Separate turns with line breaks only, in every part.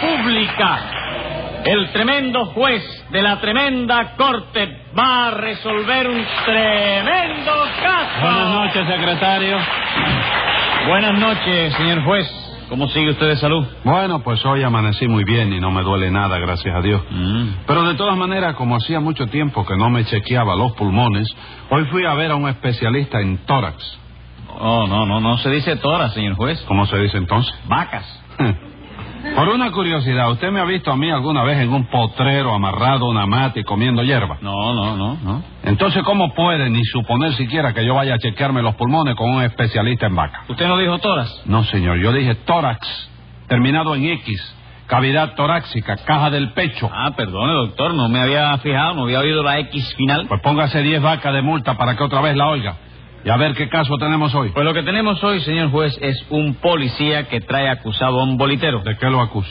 pública. El tremendo juez de la tremenda corte va a resolver un tremendo caso.
Buenas noches, eh. secretario.
Buenas noches, señor juez. ¿Cómo sigue usted de salud?
Bueno, pues hoy amanecí muy bien y no me duele nada, gracias a Dios.
Mm.
Pero de todas maneras, como hacía mucho tiempo que no me chequeaba los pulmones, hoy fui a ver a un especialista en tórax.
Oh, no, no, no se dice tora, señor juez.
¿Cómo se dice entonces?
Vacas.
Por una curiosidad, ¿usted me ha visto a mí alguna vez en un potrero amarrado a una mata y comiendo hierba?
No, no, no, no.
Entonces, ¿cómo puede ni suponer siquiera que yo vaya a chequearme los pulmones con un especialista en vaca?
¿Usted no dijo toras?
No, señor, yo dije tórax, terminado en X, cavidad torácica, caja del pecho.
Ah, perdone, doctor, no me había fijado, no había oído la X final.
Pues póngase 10 vacas de multa para que otra vez la oiga. Y a ver qué caso tenemos hoy.
Pues lo que tenemos hoy, señor juez, es un policía que trae acusado a un bolitero.
¿De qué lo acusa?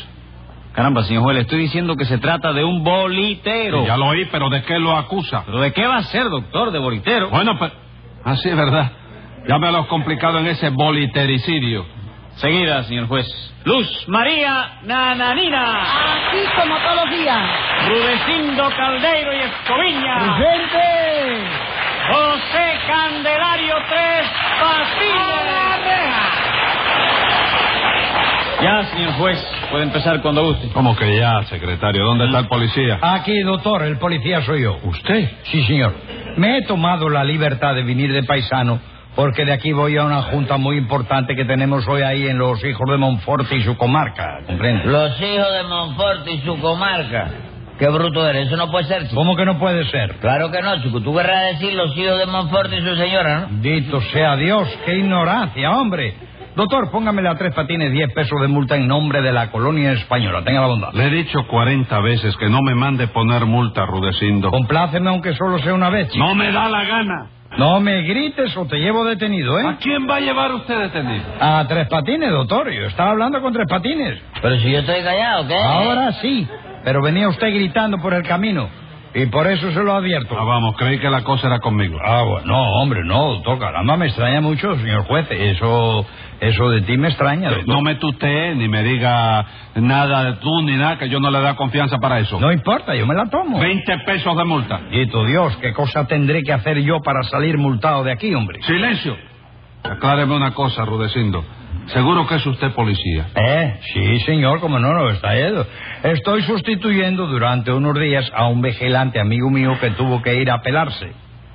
Caramba, señor juez, le estoy diciendo que se trata de un bolitero.
Ya lo oí, pero ¿de qué lo acusa?
¿Pero de qué va a ser, doctor, de bolitero?
Bueno, pues... Así es verdad. Ya me lo has complicado en ese bolitericidio.
Seguida, señor juez. Luz María Nananina,
Así como todos los días.
Rudecindo Caldeiro y Escoviña,
¡Presente!
José Candelario Tres Patines. Ya, señor juez, puede empezar cuando guste.
¿Cómo que ya, secretario? ¿Dónde está el policía?
Aquí, doctor, el policía soy yo.
¿Usted?
Sí, señor. Me he tomado la libertad de venir de paisano porque de aquí voy a una junta muy importante que tenemos hoy ahí en los hijos de Monforte y su comarca, ¿comprende?
Los hijos de Monforte y su comarca. Qué bruto eres, eso no puede ser, chico.
¿Cómo que no puede ser?
Claro que no, chico. Tú querrás decir los hijos de Monforte y su señora, ¿no?
Dito sea Dios, qué ignorancia, hombre. Doctor, póngamele a tres patines 10 pesos de multa en nombre de la colonia española. Tenga la bondad.
Le he dicho 40 veces que no me mande poner multa, Rudecindo.
Compláceme aunque solo sea una vez, chico.
No me da la gana.
No me grites o te llevo detenido, ¿eh?
¿A quién va a llevar usted detenido?
A tres patines, doctor. Yo estaba hablando con tres patines.
Pero si yo estoy callado, ¿qué?
Ahora sí, pero venía usted gritando por el camino y por eso se lo advierto.
Ah, vamos, creí que la cosa era conmigo.
Ah, bueno, no, hombre, no, doctor, caramba, me extraña mucho, señor juez. Eso, eso de ti me extraña, doctor.
No me tutee ni me diga nada de tú ni nada, que yo no le da confianza para eso.
No importa, yo me la tomo.
20 pesos de multa.
Dito Dios, ¿qué cosa tendré que hacer yo para salir multado de aquí, hombre?
Silencio. Acláreme una cosa, Rudecindo. Seguro que es usted policía.
¿Eh? Sí, señor, como no, no está yendo. Estoy sustituyendo durante unos días a un vigilante amigo mío que tuvo que ir a pelarse.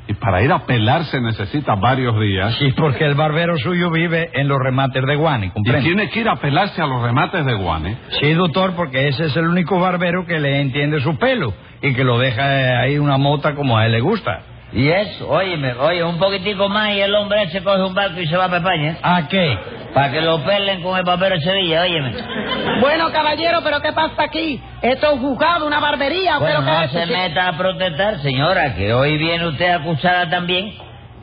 Y para ir a pelar se necesita varios días.
Sí, porque el barbero suyo vive en los remates de Guani,
Y
¿comprende?
tiene que ir a pelarse a los remates de Guane.
Sí, doctor, porque ese es el único barbero que le entiende su pelo y que lo deja eh, ahí una mota como a él le gusta.
Y eso, óyeme, oye, un poquitico más y el hombre ese coge un barco y se va para España. ¿eh?
¿A qué?
Para que lo pelen con el papel de Sevilla, óyeme.
Bueno, caballero, ¿pero qué pasa aquí? Esto es un juzgado, una barbería.
Bueno,
pero ¿qué
no
es
se
esto?
meta a protestar, señora, que hoy viene usted acusada también.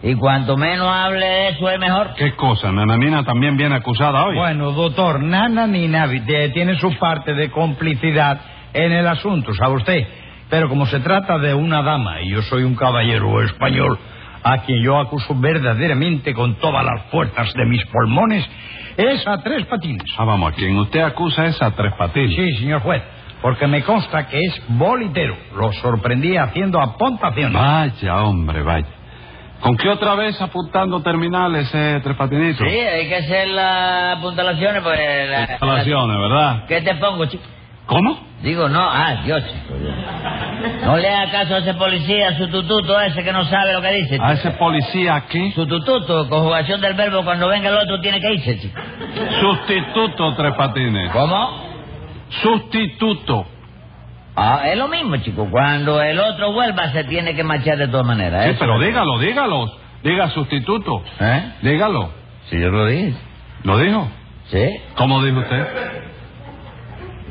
Y cuanto menos hable de eso es mejor.
¿Qué cosa? Nanamina también viene acusada hoy.
Bueno, doctor, Nana ni Navi de- tiene su parte de complicidad en el asunto, ¿sabe usted? Pero como se trata de una dama y yo soy un caballero español a quien yo acuso verdaderamente con todas las fuerzas de mis pulmones, es a tres patines.
Ah, vamos, a quien usted acusa es a Tres Patines.
Sí, señor juez, porque me consta que es bolitero. Lo sorprendí haciendo apuntación.
Vaya, hombre, vaya. ¿Con qué otra vez apuntando terminales, eh, Tres Patinitos?
Sí, hay que hacer las apuntalaciones, pues... la-
Instalaciones, ¿verdad?
¿Qué te pongo, chico?
¿Cómo?
Digo, no, ah, Dios. chico. No le haga caso a ese policía, su tututo ese que no sabe lo que dice.
A
Ah.
chico.
ese policía aquí.
Su tututo, conjugación del verbo, cuando venga el otro tiene que irse, chico.
Sustituto, Tres Patines.
¿Cómo?
Sustituto.
Ah, es lo mismo, chico. Cuando el otro vuelva se tiene que marchar de todas maneras.
Sí,
eso.
pero dígalo, dígalo. Diga sustituto.
¿Eh?
Dígalo.
Sí, yo lo dije.
¿Lo dijo?
¿Sí?
¿Cómo dijo usted?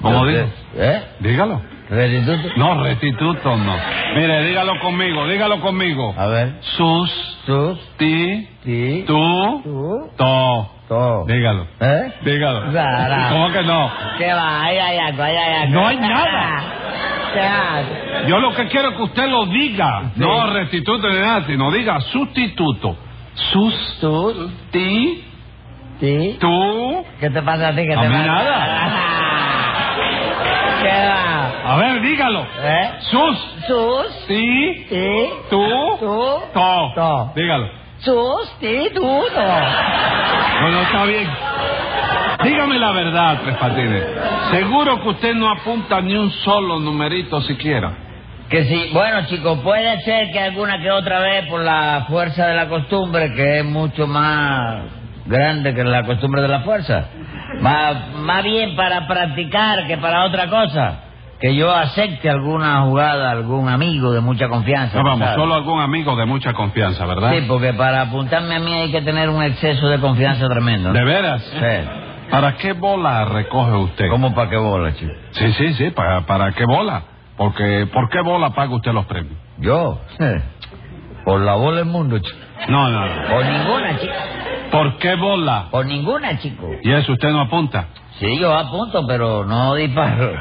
¿Cómo
Yo-
dijo?
¿Eh?
Dígalo.
¿Restituto?
No, restituto no. Mire, dígalo conmigo, dígalo conmigo.
A ver.
Sus,
Sus,
ti,
ti,
tu,
tu,
to.
to.
Dígalo,
¿Eh?
dígalo.
Zara.
¿Cómo que no?
¿Qué va? Ahí hay algo, ahí hay algo.
No hay nada.
¿Qué hace?
Yo lo que quiero es que usted lo diga. No restituto ni nada, sino diga sustituto. Sus,
Tú,
ti,
ti.
tu.
¿Qué te pasa a ti? que
A
te
mí
pasa?
nada.
¿Qué va?
A ver, dígalo.
¿Eh?
Sus.
Sus,
Sí.
ti,
Tú.
tú,
To.
To.
Dígalo.
sus, ti, tú, no.
Bueno, está bien. Dígame la verdad, Tres Patines. Seguro que usted no apunta ni un solo numerito siquiera.
Que sí, bueno chicos, puede ser que alguna que otra vez por la fuerza de la costumbre, que es mucho más grande que la costumbre de la fuerza, más, más bien para practicar que para otra cosa, que yo acepte alguna jugada, algún amigo de mucha confianza.
No, vamos,
¿sabes?
solo algún amigo de mucha confianza, ¿verdad?
Sí, porque para apuntarme a mí hay que tener un exceso de confianza tremendo.
¿De veras?
Sí.
¿Para qué bola recoge usted?
¿Cómo para qué bola, chico?
Sí, sí, sí, ¿para, para qué bola? Porque, ¿por qué bola paga usted los premios?
Yo, por la bola del mundo, chico.
No, no, no.
Por ninguna, chico.
¿Por qué bola?
Por ninguna, chico.
Y eso usted no apunta.
Sí, yo apunto, pero no disparo.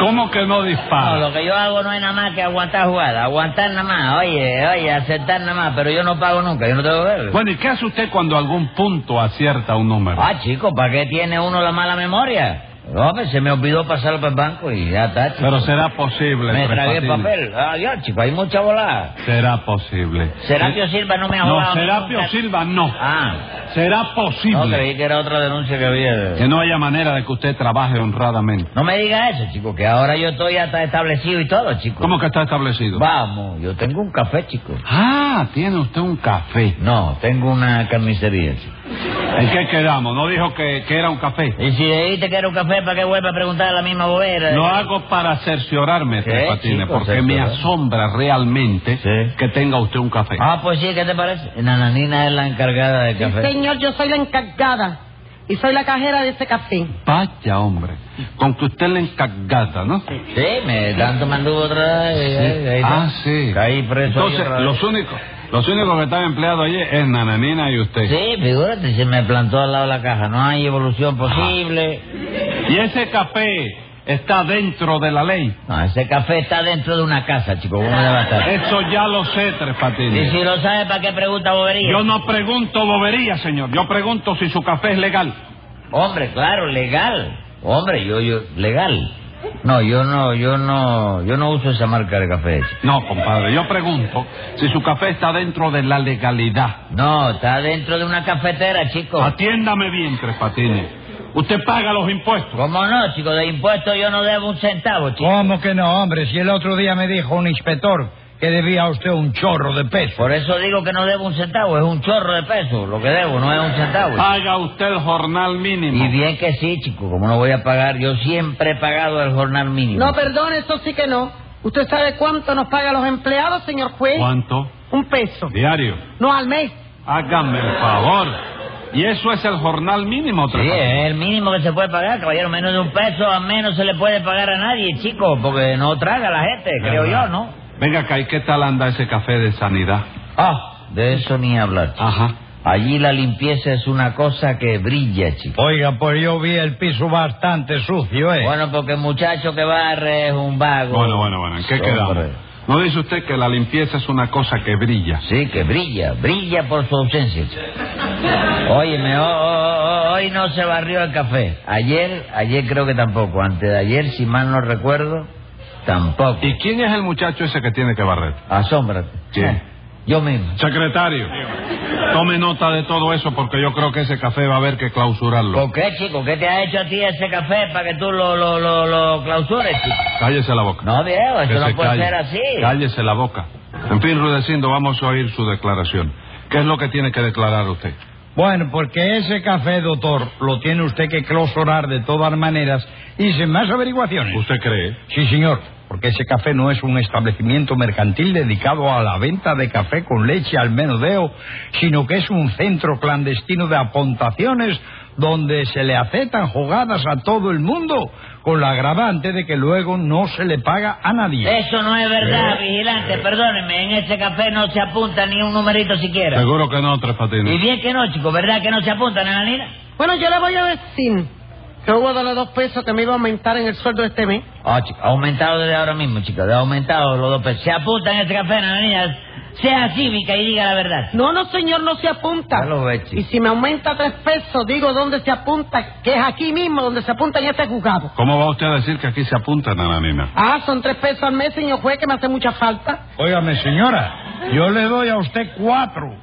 ¿Cómo que no
No,
dispara?
lo que yo hago no es nada más que aguantar jugada, aguantar nada más, oye, oye, aceptar nada más, pero yo no pago nunca, yo no tengo que ver.
Bueno, ¿y qué hace usted cuando algún punto acierta un número?
Ah, chico, ¿para qué tiene uno la mala memoria? Hombre, se me olvidó pasarlo para el banco y ya está, chico.
Pero será posible.
me
Tres
tragué el
Patines.
papel. Adiós, chico, hay mucha volada.
Será posible. Eh,
Serapio Silva no me ha
No,
jugado.
Serapio
nunca.
Silva no.
Ah,
Será
no,
posible
creí que era otra denuncia que había.
que no haya manera de que usted trabaje honradamente.
No me diga eso, chico, que ahora yo estoy hasta establecido y todo, chico.
¿Cómo que está establecido?
Vamos, yo tengo un café, chico.
Ah, tiene usted un café.
No, tengo una carnicería, chico.
¿En qué quedamos? ¿No dijo que, que era un café?
Y si dijiste que era un café, ¿para qué vuelve a preguntar a la misma bobera?
Lo hago para cerciorarme,
¿Qué,
Tres Patines,
chico,
porque me
cerciorar?
asombra realmente
Sí.
que tenga usted un café.
Ah, pues sí, ¿qué te parece? Nananina es la encargada del
Sí,
café.
señor, yo soy la encargada y soy la cajera de ese café.
Vaya, hombre, con que usted le encargada, ¿no?
Sí, me tanto me anduvo otra vez. ahí- ahí está.
Ah, sí.
Caí preso. ahí
Entonces,
otra vez.
los únicos, los únicos que están empleados allí es Nananina y usted.
Sí, figúrate, se me plantó al lado de la caja. No hay evolución posible.
Y ese este café está dentro de la ley.
No, ese café está dentro de una casa, chico. ¿Cómo le va a estar?
Eso ya lo sé, Tres
Y
Patines.
si lo sabes, ¿para qué pregunta bobería?
Yo no pregunto bobería, señor. Yo pregunto si su café es legal.
Hombre, claro, legal. Hombre, yo, yo, legal. No, yo no, yo no, yo no uso esa marca de café. chico.
No, compadre, yo pregunto si su café está dentro de la legalidad.
No, está dentro de una cafetera, chico.
Ah,
Atiéndame bien, Tres Patines. Usted paga los impuestos.
¿Cómo no, chico? De impuestos yo no debo un centavo, chico.
¿Cómo que no, hombre? Si el otro día me dijo un inspector que debía a usted un chorro de peso.
Por eso digo que no debo un centavo, es un chorro de peso. Lo que debo no es un centavo. chico.
Paga usted el jornal mínimo.
Y bien que sí, chico, como no voy a pagar, yo siempre he pagado el jornal mínimo.
No, perdón, eso sí que no. ¿Usted sabe cuánto nos pagan los empleados, señor juez?
¿Cuánto?
Un peso.
Diario.
No al mes.
Hágame el favor. Y eso es el jornal mínimo, Tres
Sí, eh,
Patines.
es el mínimo que se puede pagar, caballero. Menos de un peso a menos se le puede pagar a nadie, chico, porque no traga la gente, creo
Ajá.
yo, ¿no?
Venga acá, ¿y qué tal anda ese café de sanidad?
Ah, de eso ni hablar, chico.
Ajá.
Allí la limpieza es una cosa que brilla, chico.
Oiga, pues yo vi el piso bastante sucio, ¿eh?
Bueno, porque el muchacho que barre es un vago.
Bueno, bueno, bueno, ¿en qué
Hombre.
quedamos? ¿No dice usted que la limpieza es una cosa que brilla?
Sí, que brilla, brilla por su ausencia. chico. Óyeme, ho- ho- ho- hoy no se barrió el café. Ayer, ayer creo que tampoco. Antes de ayer, si mal no recuerdo, tampoco.
¿Y quién es el muchacho ese que tiene que barrer?
Asómbrate. Ah,
¿Quién?
Yo mismo.
Secretario, tome nota de todo eso porque yo creo que ese café va a haber que clausurarlo.
¿Por qué, chico? ¿Qué te ha hecho a ti ese café para que tú lo, lo, lo, lo clausures, chico?
Cállese la boca.
No, viejo,
Que
eso
se
no puede
calle.
ser así.
Cállese la boca. En fin, Rudecindo, vamos a oír su declaración. ¿Qué es lo que tiene que declarar usted?
Bueno, porque ese café, doctor, lo tiene usted que clausurar de todas maneras y sin más averiguaciones.
¿Usted cree?
Sí, señor, porque ese café no es un establecimiento mercantil dedicado a la venta de café con leche al menudeo, sino que es un centro clandestino de apontaciones donde se le aceptan jugadas a todo el mundo, con la agravante de que luego no se le paga a nadie.
Eso no es verdad, vigilante. Perdóneme, en ese café no se apunta ni un numerito siquiera.
Seguro que no, Tres Patines.
Y bien que no, chico, ¿verdad que no se apunta, nananina?
Bueno, yo le voy a decir que hubo de los dos pesos que me iba a aumentar en el sueldo este mes.
Ah, chica, aumentado desde ahora mismo, chicas. Aumentado los dos pesos. Se apuntan en este café, nena, niña. Sea cívica y diga la verdad.
No, no, señor, no se apunta.
Ya lo ve, chico.
y si me aumenta tres pesos, digo dónde se apunta, que es aquí mismo donde se apunta en este juzgado.
¿Cómo va usted a decir que aquí se apunta, nananina?
Ah, son tres pesos al mes, señor juez, que me hace mucha falta.
Óigame, señora, yo le doy a usted cuatro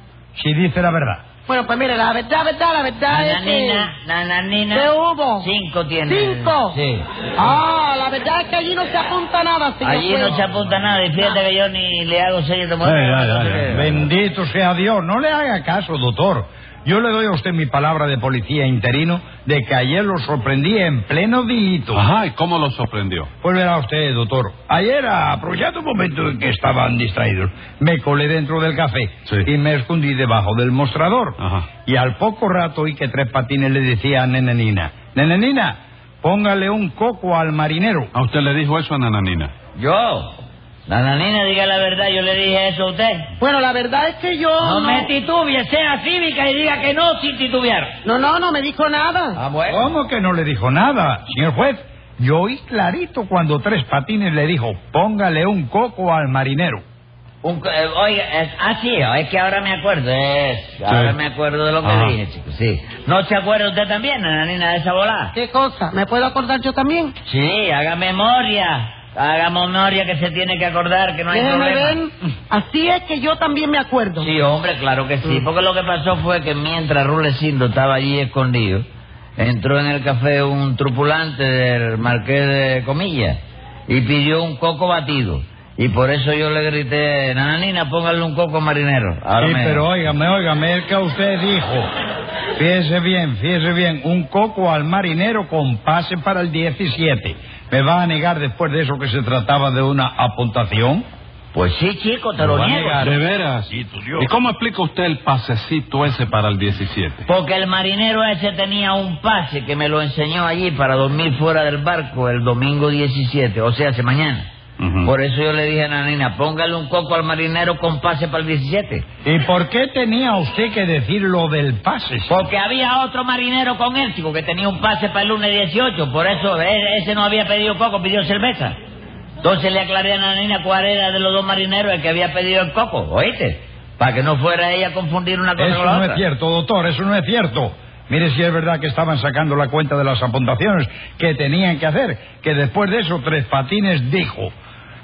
si dice la verdad.
Bueno, pues mire, la verdad, verdad, la verdad es que...
Nananina, nananina.
¿Qué hubo?
Cinco tiene.
¿Cinco?
Sí.
Ah, la verdad es que allí no se apunta nada, señor
Allí
juez.
no se apunta nada. Y fíjate que yo ni le hago sello de muerte.
Ay, ay, ay, ay. Bendito sea Dios. No le haga caso, doctor. Yo le doy a usted mi palabra de policía interino de que ayer lo sorprendí en pleno
Ah.
dito.
Ajá, ¿y cómo lo sorprendió?
Pues verá usted, doctor. Ayer, aprovechando un momento en que estaban distraídos, me colé dentro del café
Sí.
y me escondí debajo del mostrador.
Ajá.
Y al poco rato oí que Tres Patines le decía a Nenenina, Nenenina, póngale un coco al marinero.
Ah,
¿A usted le dijo eso a nananina?
Yo. Nananina, diga la verdad. Yo le dije eso a usted.
Bueno, la verdad es que yo
No
Ah, no...
me titubie, sea cívica y diga que no sin titubear.
No, no, no me dijo nada.
Ah.
¿Cómo que no le dijo nada, señor juez? Yo oí clarito cuando Tres Patines le dijo, póngale un coco al marinero.
Un co- eh, oiga, es, ah, sí, es que ahora me acuerdo, es, ahora me acuerdo de lo que
Ah.
Ajá.
dije, chicos, sí. ¿No se acuerda usted también, nananina, de esa bola?
¿Qué cosa? ¿Me puedo acordar yo también?
Sí, haga memoria, haga memoria que se tiene que acordar, que no hay
Déjeme
problema.
ver. Así es que yo también me acuerdo.
Sí, hombre, claro que
Mm.
sí, porque lo que pasó fue que mientras Rulecindo estaba allí escondido, entró en el café un tripulante del marqués de Comillas y pidió un coco batido. Y por eso yo le grité, Nananina, póngale un coco marinero. Ahora
sí,
me-
pero óigame, óigame, el que usted dijo. Fíjese bien, fíjese bien, un coco al marinero con pase para el 17. ¿Me va a negar después de eso que se trataba de una apuntación?
Pues sí, chico, te lo
va a ¿eh?
niego.
negar.
¿De veras?
Sí, tu Dios.
¿Y cómo explica usted el pasecito ese para el 17?
Porque el marinero ese tenía un pase que me lo enseñó allí para dormir fuera del barco el domingo 17, o sea, hace mañana.
Ujú.
Mm.
Por eso yo le dije a Nanina, póngale un coco al marinero con pase para el 17.
¿Y por qué tenía usted que decir lo del pase?
Porque había otro marinero con él, chico, que tenía un pase para el lunes 18. Por eso e- ese no había pedido coco, pidió cerveza. Entonces le aclaré a Nanina cuál era de los dos marineros el que había pedido el coco, ¿oíste? Para que no fuera ella a confundir una cosa
Eso
con la
no
otra.
es cierto, doctor, eso no es cierto. Mire si es verdad que estaban sacando la cuenta de las apuntaciones que tenían que hacer, que después de eso Tres Patines dijo,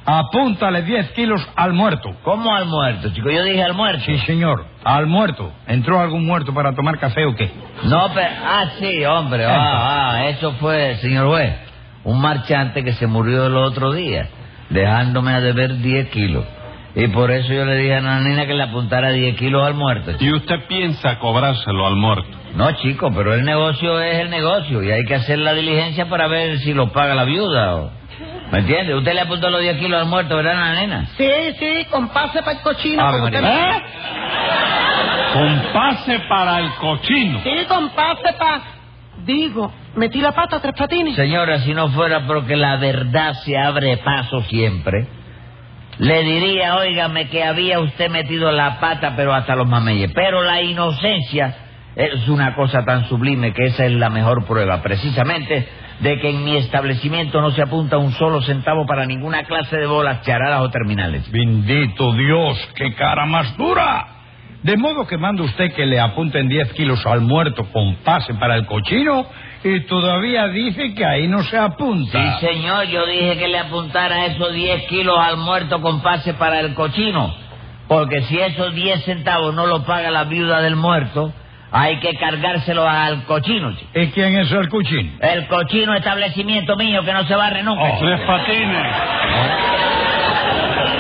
apúntale 10 kilos al muerto.
¿Cómo al muerto, chico? Yo dije al muerto.
Sí, señor, al muerto. ¿Entró algún muerto para tomar café o qué?
No, pero... Ah, sí, hombre. Ah, ah, eso fue, señor juez, un marchante que se murió el otro día, dejándome a deber 10 kilos. Y por eso yo le dije a Nanina que le apuntara 10 kilos al muerto. chico.
¿Y usted piensa cobrárselo al muerto?
No, chico, pero el negocio es el negocio y hay que hacer la diligencia para ver si lo paga la viuda o... ¿Me entiende? Usted le apuntó los 10 kilos al muerto, ¿verdad, Nanina?
Sí, sí, con pase para el cochino.
Ave
como usted
María.
me-
Con pase para el cochino.
Sí, con pase para... Digo, metí la pata a tres patines.
Señora, si no fuera porque la verdad se abre paso siempre, le diría, óigame, que había usted metido la pata, pero hasta los mameyes. Pero la inocencia es una cosa tan sublime que esa es la mejor prueba, precisamente, de que en mi establecimiento no se apunta un solo centavo para ninguna clase de bolas, charadas o terminales.
Bendito Dios, qué cara más dura. De modo que manda usted que le apunten 10 kilos al muerto con pase para el cochino y todavía dice que ahí no se
Sí,
apunta.
señor, yo dije que le apuntara esos 10 kilos al muerto con pase para el cochino. Porque si esos 10 centavos no lo paga la viuda del muerto, hay que cargárselo al cochino, chico.
¿Y quién es el cochino?
El cochino establecimiento mío que no se barre nunca.
Oh.
chico.
Tres patines. ¿Eh?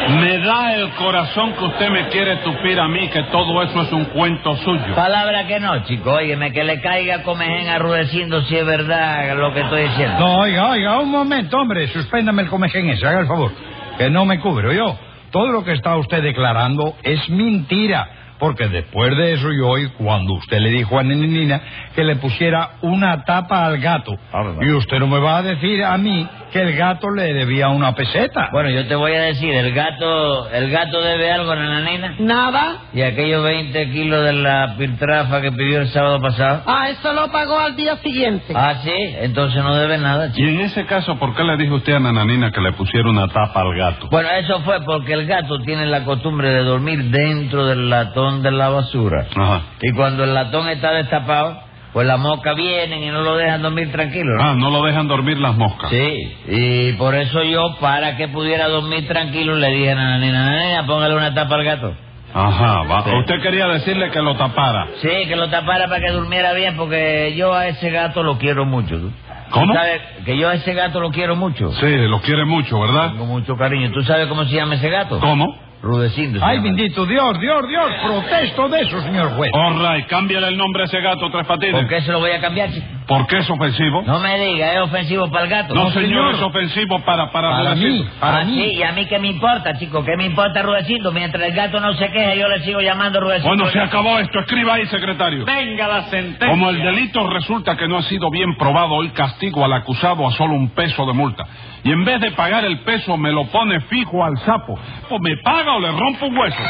Me da el corazón que usted me quiere tupir a mí, que todo eso es un cuento suyo.
Palabra que no, chico. Óyeme, que le caiga comején arrudeciendo si es verdad lo que estoy diciendo.
No, oiga, oiga, un momento, hombre, suspéndame el comején ese, haga el favor, que no me cubro yo. Todo lo que está usted declarando es mentira, porque después de eso yo hoy, cuando usted le dijo a Nenina que le pusiera una tapa al gato,
Habla.
y usted no me va a decir a mí que el gato le debía una peseta.
Bueno, yo te voy a decir, el gato, el gato debe algo en la nena.
Nada.
Y aquellos 20 kilos de la piltrafa que pidió el sábado pasado.
Ah, eso lo pagó al día siguiente.
Ah, sí, entonces no debe nada,
Y
chico.
en ese caso, ¿por qué le dijo usted a Nananina que le pusiera una tapa al gato?
Bueno, eso fue porque el gato tiene la costumbre de dormir dentro del latón de la basura.
Ajá.
Y cuando el latón está destapado, pues las moscas vienen y no lo dejan dormir tranquilo, ¿no?
Ah, no lo dejan dormir las moscas.
Sí, y por eso yo, para que pudiera dormir tranquilo, le dije a la nena, "Nananina, póngale una tapa al gato.
Ajá, va.
Sí.
usted quería decirle que lo tapara.
Sí, que lo tapara para que durmiera bien, porque yo a ese gato lo quiero mucho. ¿tú?
¿Cómo?
¿Tú sabes que yo a ese gato lo quiero mucho?
Sí, lo quiere mucho, ¿verdad?
Tengo mucho cariño. ¿Tú sabes cómo se llama ese gato?
¿Cómo?
Rudecindo. se
Ay,
llama.
bendito Dios, Dios, Dios, protesto de eso, señor juez.
All right, Oh, cámbiale el nombre a ese gato, Tres Patines.
¿Por qué se lo voy a cambiar? chico?
¿Por qué es ofensivo?
No me diga, es ofensivo para el gato.
No,
Ah,
señor, es ofensivo para... Para,
Para
Rudecindo.
mí, para
sí,
mí.
¿y a mí qué me importa, chico? ¿Qué me importa Rudecindo? Mientras el gato no se queje, yo le sigo llamando Rudecindo.
Bueno, se acabó esto. Escriba ahí, secretario.
Venga la sentencia.
Como el delito resulta que no ha sido bien probado, hoy castigo al acusado a solo un peso de multa. Y en vez de pagar el peso, me lo pone fijo al sapo. O me paga o le rompo un hueso.